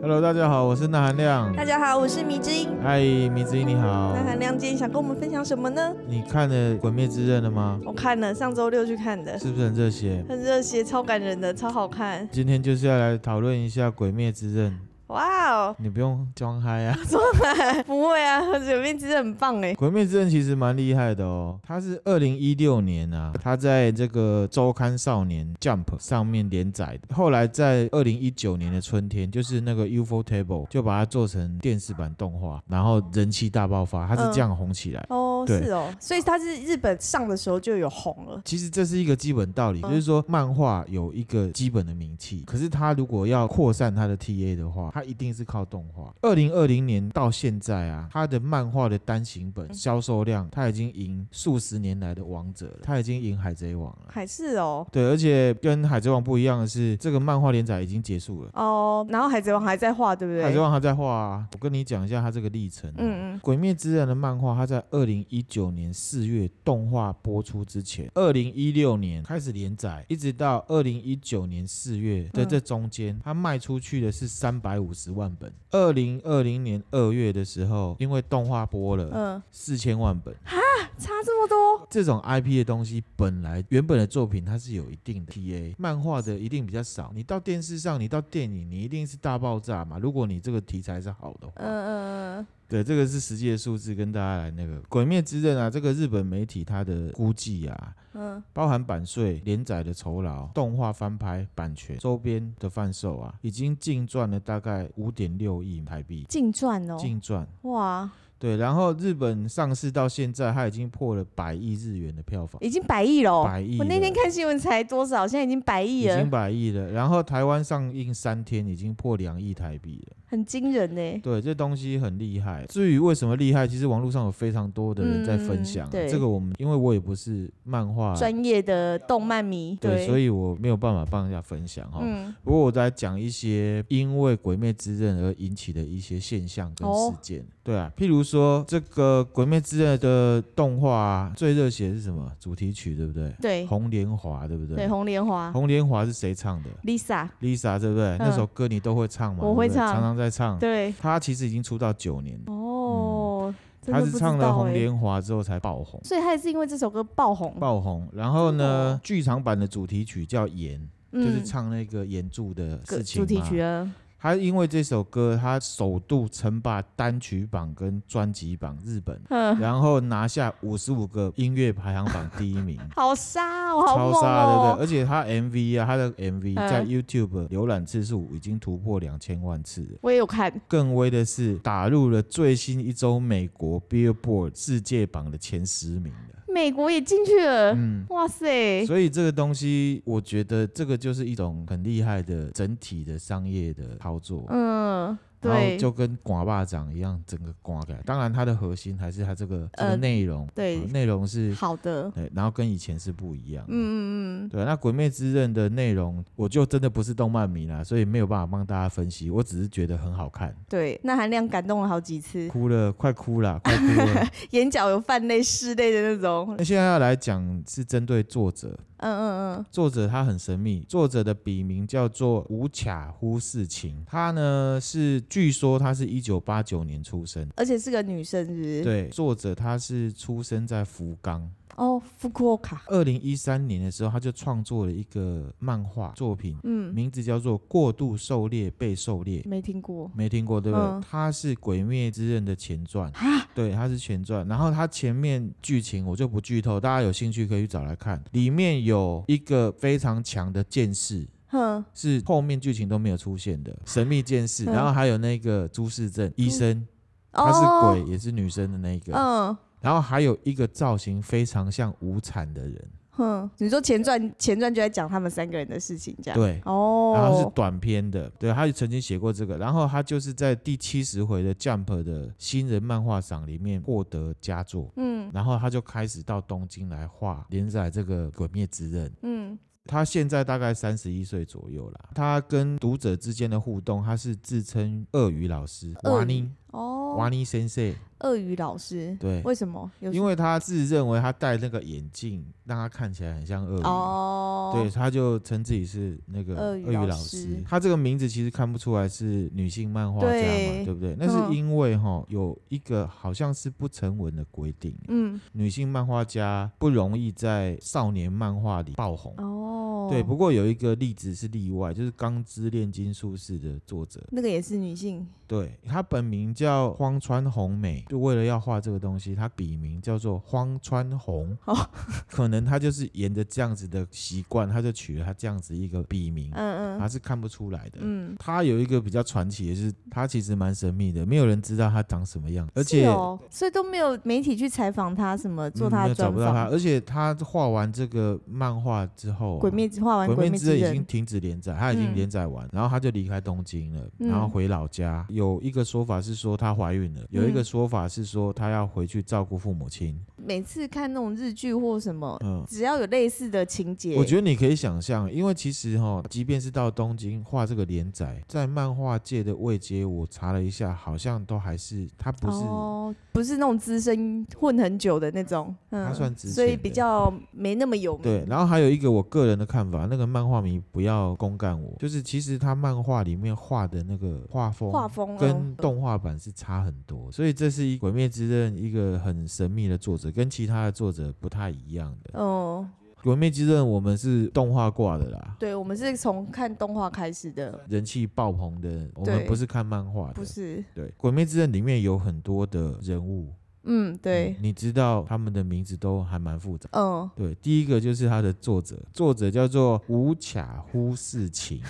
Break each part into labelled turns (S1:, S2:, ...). S1: Hello，大家好，我是那含亮。
S2: 大家好，我是迷之音。
S1: 嗨，米子英你好
S2: 那。韩亮今天想跟我们分享什么呢？
S1: 你看了《鬼灭之刃》了吗？
S2: 我看了，上周六去看的，
S1: 是不是很热血？
S2: 很热血，超感人的，超好看。
S1: 今天就是要来讨论一下《鬼灭之刃》，
S2: 哇哦，
S1: 你不用装嗨 啊。
S2: 不会啊，鬼面真的很棒哎。
S1: 《鬼灭之刃》其实蛮厉害的哦，它是二零一六年啊，它在这个周刊少年 Jump 上面连载的。后来在二零一九年的春天，就是那个 UFO Table 就把它做成电视版动画，然后人气大爆发，它
S2: 嗯
S1: 是这样红起来。
S2: 哦，
S1: 对
S2: 是哦，所以它是日本上的时候就有红了。
S1: 其实这是一个基本道理，就是说漫画有一个基本的名气，可是它如果要扩散它的 TA 的话，它一定是靠动画。二零二零年到现在啊，它的漫画的单行本销售量，它已经赢数十年来的王者了，它已经赢海贼王了。
S2: 还是哦，
S1: 对，而且跟海贼王不一样的是，这个漫画连载已经结束了。
S2: 哦，然后海贼王还在画，对不对？
S1: 海贼王还在画啊，我跟你讲一下它这个历程、嗯。
S2: 嗯嗯，
S1: 《鬼灭之刃》的漫画，它在二零一九年四月动画播出之前，二零一六年开始连载，一直到二零一九年四月的
S2: 嗯
S1: 这中间，它卖出去的是三百五十万本。二零二零年二月的时候，因为动画播了
S2: 嗯，
S1: 四千万本，
S2: 差这么多，
S1: 这种 IP 的东西，本来原本的作品它是有一定的 TA，漫画的一定比较少。你到电视上，你到电影，你一定是大爆炸嘛。如果你这个题材是好的话，
S2: 嗯嗯嗯
S1: 对，这个是实际的数字，跟大家来那个《鬼灭之刃》啊，这个日本媒体它的估计啊，
S2: 嗯，
S1: 包含版税、连载的酬劳、动画翻拍、版权、周边的贩售啊，已经净赚了大概五点六亿台币，
S2: 净赚哦，
S1: 净赚。
S2: 哇，
S1: 对，然后日本上市到现在，它已经破了百亿日元的票房，
S2: 已经百亿了哦。
S1: 百亿了。
S2: 我那天看新闻才多少，现在已经百
S1: 已
S2: 亿了
S1: 经，百亿了，然后台湾上映三天已经破两亿台币了。
S2: 很惊人欸呢。
S1: 对，这东西很厉害。至于为什么厉害，其实网络上有非常多的人在分
S2: 嗯
S1: 享啊、
S2: 对
S1: 这个我们因为我也不是漫画
S2: 专业的动漫迷，
S1: 啊对，所
S2: 以
S1: 以哦我没有办法帮人家分享哈、
S2: 嗯，
S1: 不过我在讲一些因为《鬼灭之刃》而引起的一些现象跟事
S2: 哦
S1: 件。对啊，譬如说这个《鬼灭之刃》的动画、啊、最热血的是什么？主题曲对不对？
S2: 对
S1: 红莲华对不对？
S2: 对，红莲华
S1: 红莲华是谁唱的
S2: ，Lisa，
S1: ？Lisa 对不对？那
S2: 嗯
S1: 首歌你都会唱吗？
S2: 我会
S1: 对不对
S2: 唱
S1: 常常在唱。
S2: 对，
S1: 她其实已经出道九年了
S2: 哦，真
S1: 嗯他
S2: 的
S1: 是
S2: 不知
S1: 唱了《
S2: 道
S1: 红
S2: 欸，
S1: 莲华》之后才爆红，
S2: 所以他也是因为这首歌爆红，
S1: 爆红。然后
S2: 真的
S1: 呢
S2: 哦，
S1: 剧场版的主题曲叫《盐》，
S2: 嗯
S1: 就是唱那个岩柱的
S2: 歌
S1: 事情
S2: 主
S1: 嘛
S2: 题曲。啊，
S1: 他因为这首歌，他首度称霸单曲榜跟专辑榜日本，
S2: 嗯，
S1: 然后拿下五十五个音乐排行榜第一名。
S2: 好杀 哦，好
S1: 超
S2: 猛
S1: 杀，对不对？
S2: 哦，
S1: 而且他 MV 啊，他的 MV
S2: 嗯
S1: 在 YouTube 浏览次数已经突破两千万次了。
S2: 我也有看，
S1: 更威的是，打入了最新一周美国 Billboard 世界榜的前十名了。
S2: 美国也进去了，
S1: 嗯，
S2: 哇塞，
S1: 所以这个东西，我觉得这个就是一种很厉害的整体的商业的操作。
S2: 嗯，
S1: 然后
S2: 对，
S1: 就跟刮霸掌一样，整个刮改。当然，它的核心还是它这个这个
S2: 呃
S1: 内容，
S2: 对
S1: 呃内容是
S2: 好的，
S1: 对，然后跟以前是不一样。
S2: 嗯，嗯嗯。
S1: 对。那《鬼灭之刃》的内容，我就真的不是动漫迷啦，所以没有办法帮大家分析。我只是觉得很好 看，
S2: 对，那韩亮感动了好几次，
S1: 哭了，快哭了，快哭了。
S2: 眼角有泛泪、湿泪的那种。
S1: 那现在要来讲是针对作者，
S2: 嗯嗯嗯，
S1: 作者他很神秘，作者的笔名叫做吴卡忽世晴，他呢是据说他是一九八九年出生，
S2: 而且是个女生，是不是？。
S1: 对，作者他是出生在福冈，
S2: 哦，福库卡。
S1: 二零一三年的时候他就创作了一个漫画作品，
S2: 嗯，
S1: 名字叫做《过度狩猎被狩猎》。
S2: 没听过。
S1: 没听过对不对？
S2: 嗯
S1: 它是《鬼灭之刃》的前传，
S2: 啊，
S1: 对，它是前传。然后它前面剧情我就不剧透，大家有兴趣可以去找来看。里面有一个非常强的剑士，
S2: 哼，
S1: 是后面剧情都没有出现的神秘剑士，
S2: 嗯
S1: 然后还有那个朱世正医生，他
S2: 哦
S1: 是鬼，也是女生的那个，
S2: 嗯
S1: 然后还有一个造型非常像无产的人，
S2: 哼，你说前传前传就在讲他们三个人的事情，这样。。
S1: 对。然后是
S2: 哦。
S1: 短篇的，对，他曾经写过这个，然后他就是在第七十回的 Jump 的新人漫画赏里面获得佳作，
S2: 嗯
S1: 然后他就开始到东京来画连载这个《鬼灭之刃》，
S2: 嗯
S1: 他现在大概三十一岁左右啦。他跟读者之间的互动，他是自称鳄鱼老师
S2: 鳄鱼
S1: 瓦尼，瓦
S2: 哦，
S1: 尼先生，
S2: 鳄鱼老师，
S1: 对
S2: 为什么？有
S1: 因为他自认为他戴那个眼镜，让他看起来很像鳄鱼。
S2: 哦，
S1: 对，，他就称自己是那个
S2: 鳄
S1: 鳄
S2: 鱼
S1: 鱼
S2: 老
S1: 老
S2: 师
S1: 师。他这个名字其实看不出来是女性漫画家嘛，
S2: 对
S1: 对不对？那
S2: 嗯
S1: 是因为哈有一个好像是不成文的规定，
S2: 嗯，
S1: 女性漫画家不容易在少年漫画里爆红。
S2: 哦，
S1: 对，不过有一个例子是例外，就是《钢之炼金术士》的作者，
S2: 那个也是女性，
S1: 对他本名叫荒川弘美，就为了要画这个东西，他笔名叫做荒川弘。
S2: 哦
S1: 可能他就是沿着这样子的习惯，他就取了他这样子一个笔名，
S2: 嗯
S1: 他
S2: 嗯
S1: 是看不出来的。
S2: 嗯，
S1: 他有一个比较传奇的是，他其实蛮神秘的，没有人知道他长什么样，而
S2: 是
S1: 且、
S2: 哦所以都没有媒体去采访他，什么做
S1: 嗯
S2: 他
S1: 没
S2: 的
S1: 有找
S2: 专
S1: 不到他，
S2: 访。
S1: 而且他画完这个漫画之后、啊，
S2: 鬼灭哦之画完《
S1: 鬼
S2: 鬼
S1: 灭
S2: 灭
S1: 之刃已经
S2: 刃》，
S1: 停止连载，他已
S2: 嗯
S1: 经连载完，然后他就离开东京了，
S2: 嗯
S1: 然后回老家。有一个说法是说她怀孕了，有一个说法是说她要回去照顾父母亲。
S2: 每次看那种日剧或什么，
S1: 嗯，
S2: 只要有类似的情节，
S1: 我觉得你可以想象，因为其实哈、即便是到东京画这个连载，在漫画界的位阶，我查了一下，好像都还是她不是。
S2: 哦，不是那种资深混很久的那种，嗯，
S1: 他算资
S2: 所以
S1: 深
S2: 比
S1: 的
S2: 较没那么有名。
S1: 对，然后还有一个我个人的看法，那个漫画迷不要公干我，就是其实他漫画里面画的那个画风，
S2: 画风哦
S1: 跟动画版是差很多，所以这是一《鬼灭之刃》一个很神秘的作者，跟其他的作者不太一样的。
S2: 哦，
S1: 《鬼灭之刃》我们是动画挂的啦，
S2: 对，我们是从看动画开始的，
S1: 人气爆棚的，我们
S2: 对
S1: 不是看漫画的
S2: 不。是？
S1: 啊对，《鬼灭之刃》里面有很多的人物，
S2: 嗯，对，
S1: 嗯你知道他们的名字都还蛮复杂。
S2: 嗯，
S1: 对，第一个就是他的作者，作者叫做无卡忽视 情。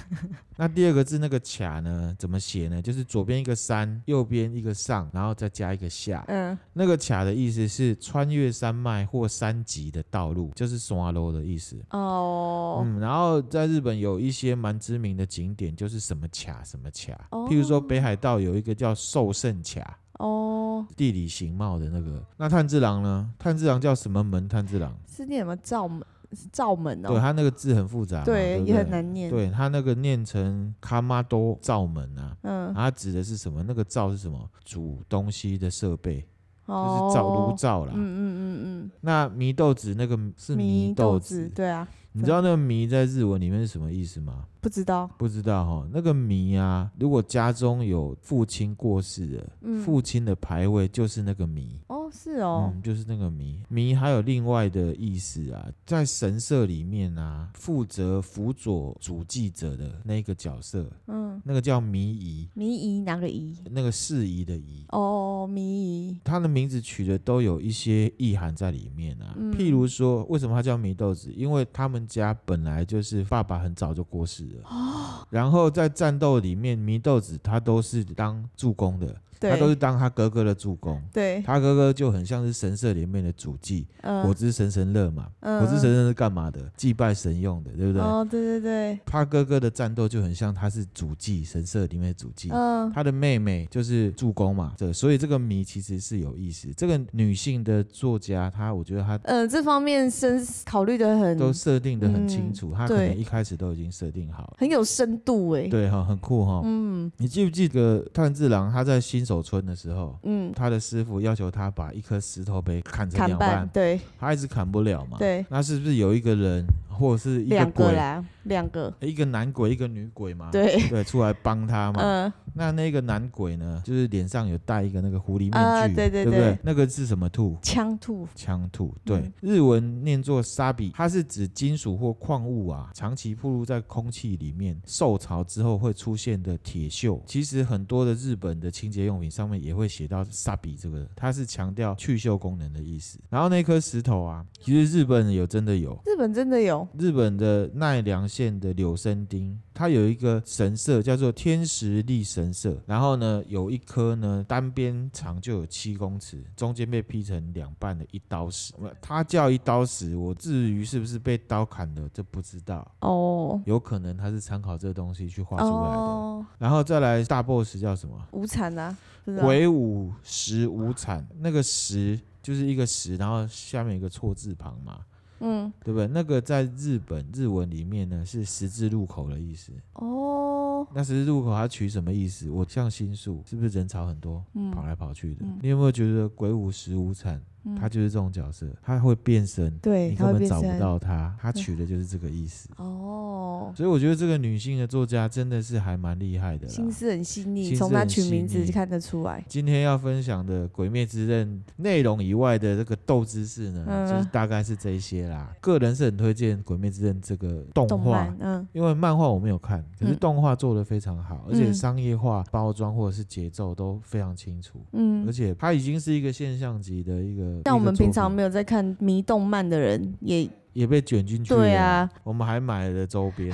S1: 那第二个字那个卡呢，怎么写呢？就是左边一个山，右边一个上，然后再加一个下。
S2: 嗯，
S1: 那个卡的意思是穿越山脉或山脊的道路，就是松阿楼的意思。
S2: 哦，
S1: 嗯，然后在日本有一些蛮知名的景点，就是什么卡什么卡，
S2: 哦
S1: 譬如说北海道有一个叫寿胜卡，
S2: 哦，
S1: 地理形貌的那个。那炭治郎呢？炭治郎叫什么门？炭治郎，
S2: 是念什么赵门？是赵门
S1: 对
S2: 哦，
S1: 他那个字很复杂嘛，对不对，
S2: 也很。难念。，
S1: 对他那个念成卡玛多灶门啊，
S2: 嗯，
S1: 它指的是什么？那个灶是什么？煮东西的设备，
S2: 哦，
S1: 就是灶炉灶啦。
S2: 嗯嗯嗯
S1: 那祢豆子那个是
S2: 嗯，
S1: 祢
S2: 豆
S1: 豆
S2: 子，
S1: 子，
S2: 对啊，
S1: 你知道那个祢在日文里面是什么意思吗？
S2: 不知道，
S1: 不知道哈，那个祢啊，如果家中有父亲过世的，
S2: 嗯
S1: 父亲的牌位就是那个祢，
S2: 哦，是哦，
S1: 嗯，就是那个祢。祢还有另外的意思啊，在神社里面啊，负责辅佐主祭者的那个角色，
S2: 嗯，
S1: 那个叫祢仪，
S2: 迷姨哪个姨？
S1: 那个适宜的宜。
S2: 哦，迷姨，
S1: 他的名字取的都有一些意涵在里面啊。
S2: 嗯
S1: 譬如说，为什么他叫祢豆子？因为他们家本来就是爸爸很早就过世了，
S2: 哦
S1: 然后在战斗里面，祢豆子他都是当助攻的，他都是
S2: 对
S1: 当他哥哥的助攻。
S2: 对，
S1: 他哥哥就很像是神社里面的主祭，
S2: 嗯，
S1: 火之神神乐嘛，
S2: 嗯
S1: 火之神神是干嘛的？祭拜神用的，对不对？
S2: 哦，对对对，
S1: 他哥哥的战斗就很像他是主祭，神社里面的主祭。
S2: 嗯，
S1: 他的妹妹就是助攻嘛，对，所以这个谜其实是有意思。这个女性的作家，她我觉得她
S2: 呃，这方面深考虑的很
S1: 都设定的很
S2: 嗯
S1: 清楚，她可能
S2: 对
S1: 一开始都已经设定好了。
S2: 很有深度哎、
S1: 对哈，很酷哈。
S2: 嗯
S1: 你记不记得炭治郎他在新手村的时候，
S2: 嗯，
S1: 他的师傅要求他把一颗石头被砍成
S2: 砍
S1: 两半，
S2: 对
S1: 他一直砍不了嘛。
S2: 对，
S1: 那是不是有一个人或者啊是一个
S2: 两个
S1: 鬼，啊
S2: 啦，两个，
S1: 一个男鬼一个女鬼嘛？
S2: 对，
S1: 对，出来帮他 嘛。
S2: 嗯、
S1: 那那个男鬼呢，就是脸上有戴一个那个狐狸面具，
S2: 啊对对
S1: 对
S2: 对
S1: 不对？那个是什么兔？
S2: 枪兔，
S1: 枪兔，对，
S2: 嗯
S1: 日文念作沙比，它是指金属或矿物啊，长期暴露在空气里面受潮之后会出现的铁锈。其实很多的日本的清洁用品上面也会写到沙比这个，它是强调去锈功能的意思。然后那颗石头啊，其实日本有真的有，
S2: 日本真的有，
S1: 日本的奈良县的柳生町，它有一个神社叫做天石立神社，然后呢有一棵呢单边长就有七公尺，中间被劈成两半的一刀石，它叫一刀石，我至于是不是被刀砍的，这不知道。
S2: 哦
S1: 有可能它是参考这个东西去画出来的，
S2: 哦，
S1: 然后再来大 boss 叫什么？
S2: 无产啊，不知道，
S1: 鬼舞石无惨，那个石就是一个石，然后下面有一个错字旁嘛，
S2: 嗯，
S1: 对不对？那个在日本日文里面呢是十字路口的意思，
S2: 哦。哦，
S1: 那十字路口它取什么意思？我像新宿，是不是人潮很多，
S2: 嗯
S1: 跑来跑去的？
S2: 嗯
S1: 你有没有觉得鬼舞十五产，
S2: 嗯
S1: 他就是这种角色，他会变身，
S2: 对，
S1: 你
S2: 他
S1: 根本
S2: 会变
S1: 找不
S2: 身
S1: 到他，他取的就是这个意思。
S2: 哦，
S1: 所以我觉得这个女性的作家真的是还蛮厉害的
S2: 心
S1: 啦。
S2: 思很细
S1: 心
S2: 腻，
S1: 思
S2: 从他
S1: 很
S2: 取
S1: 细
S2: 名字
S1: 腻
S2: 看得出来。
S1: 今天要分享的《鬼灭之刃》内容以外的这个斗知识呢，
S2: 嗯
S1: 就是大概是这一些啦。个人是很推荐《鬼灭之刃》这个动
S2: 动
S1: 画
S2: 漫，，嗯
S1: 因为漫画我没有看，可是
S2: 嗯
S1: 动画做的非常好，而且
S2: 嗯
S1: 商业化、包装或者是节奏都非常清楚，而
S2: 嗯，
S1: 且它已经是一个现象级的一个。
S2: 像我们
S1: 一个作品
S2: 平常没有在看迷动漫的人， 也
S1: 也被卷进去了，
S2: 对啊，
S1: 我们还买了周 边，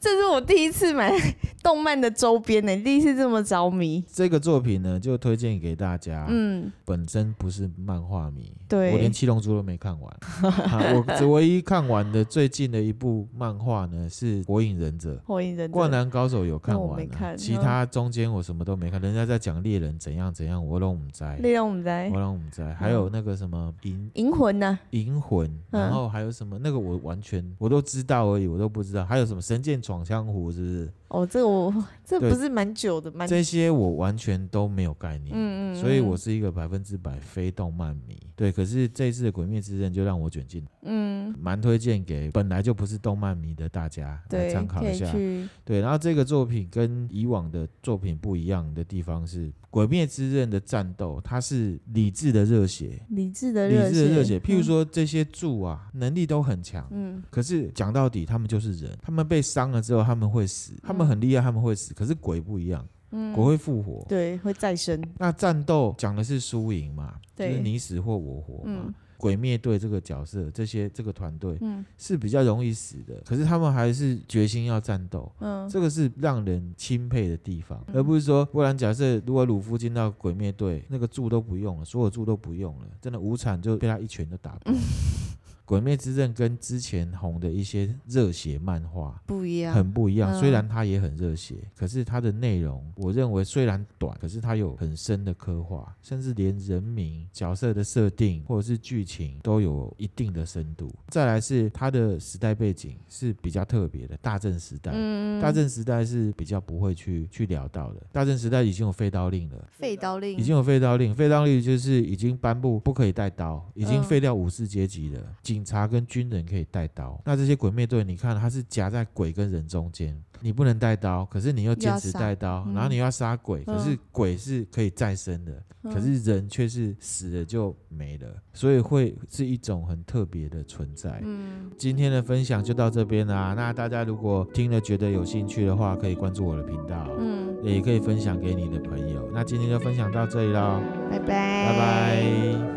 S2: 这是我第一次买 动漫的周边呢，第一次这么着迷。
S1: 这个作品呢就推荐给大家。
S2: 嗯，
S1: 本身不是漫画迷，
S2: 对
S1: 我连《七龙珠》都没看完， 啊我只唯一看完的最近的一部漫画呢是《火影忍者》。
S2: 火影忍
S1: 《
S2: 者，
S1: 灌篮高手》有看
S2: 那我
S1: 完、
S2: 没
S1: 啊，
S2: 看
S1: 其
S2: 嗯
S1: 他中间我什么都没看。人家在讲猎人怎样怎样，我拢唔知。
S2: 利用我们在
S1: 我让我们在，还有那个什么银
S2: 银魂呢、
S1: 银魂，
S2: 嗯
S1: 然后还有什么那个我完全我都知道而已，我都不知道。还有什么神剑闯江湖是不是？
S2: 哦，这个我这
S1: 对
S2: 不是蛮久的，蛮
S1: 这些我完全都没有概念。
S2: 嗯嗯，
S1: 所以
S2: 嗯
S1: 我是一个百分之百非动漫迷，对。可是这一次的《鬼灭之刃》就让我卷进来，
S2: 嗯
S1: 蛮推荐给本来就不是动漫迷的大家来
S2: 对
S1: 参考
S2: 可
S1: 一
S2: 以
S1: 下。
S2: 去
S1: 对，然后这个作品跟以往的作品不一样的地方是，《鬼灭之刃》的战斗它是理智的热血，
S2: 理智的
S1: 理
S2: 热
S1: 智
S2: 血，
S1: 的热血。譬如
S2: 嗯，
S1: 说这些柱啊，能力都很强。
S2: 嗯
S1: 可是讲到底，他们就是人，他们被伤了之后他们会死，他们
S2: 嗯
S1: 很厉害，他们会死。可是鬼不一样，
S2: 嗯，
S1: 鬼会复活。
S2: 对会再生，
S1: 那战斗讲的是输赢嘛，就是
S2: 对
S1: 你死或我活嘛。
S2: 嗯
S1: 鬼灭队这个角色，这些这个团队
S2: 嗯
S1: 是比较容易死的，可是他们还是决心要战斗。
S2: 嗯，
S1: 这个是让人钦佩的地方，
S2: 嗯
S1: 而不是说，不然假设如果鲁夫进到鬼灭队，那个柱都不用了，所有柱都不用了，真的无惨就被他一拳就打爆。 鬼灭之刃跟之前红的一些热血漫画
S2: 不一样，
S1: 很不一样，
S2: 嗯
S1: 虽然它也很热血，可是它的内容我认为虽然短，可是它有很深的刻画，甚至连人名、角色的设定或者是剧情都有一定的深度。再来是它的时代背景是比较特别的，大正时代。
S2: 嗯，
S1: 大正时代是比较不会去去聊到的。大正时代已经有废刀令了，
S2: 废刀令
S1: 已经有废刀令，废刀令就是已经颁布不可以带刀，已经
S2: 嗯
S1: 废掉武士阶级了，警察跟军人可以带刀。那这些鬼灭队，你看它是夹在鬼跟人中间，你不能带刀，可是你又坚持带刀，
S2: 嗯嗯
S1: 然后你又要杀鬼，可是鬼是可以再生的，可是人却是死了就没了，所以会是一种很特别的存在。
S2: 嗯
S1: 今天的分享就到这边啦、那大家如果听了觉得有兴趣的话，可以关注我的频道，
S2: 嗯，
S1: 也可以分享给你的朋友。那今天就分享到这里喽，
S2: 拜拜，
S1: 拜
S2: 拜。
S1: 拜。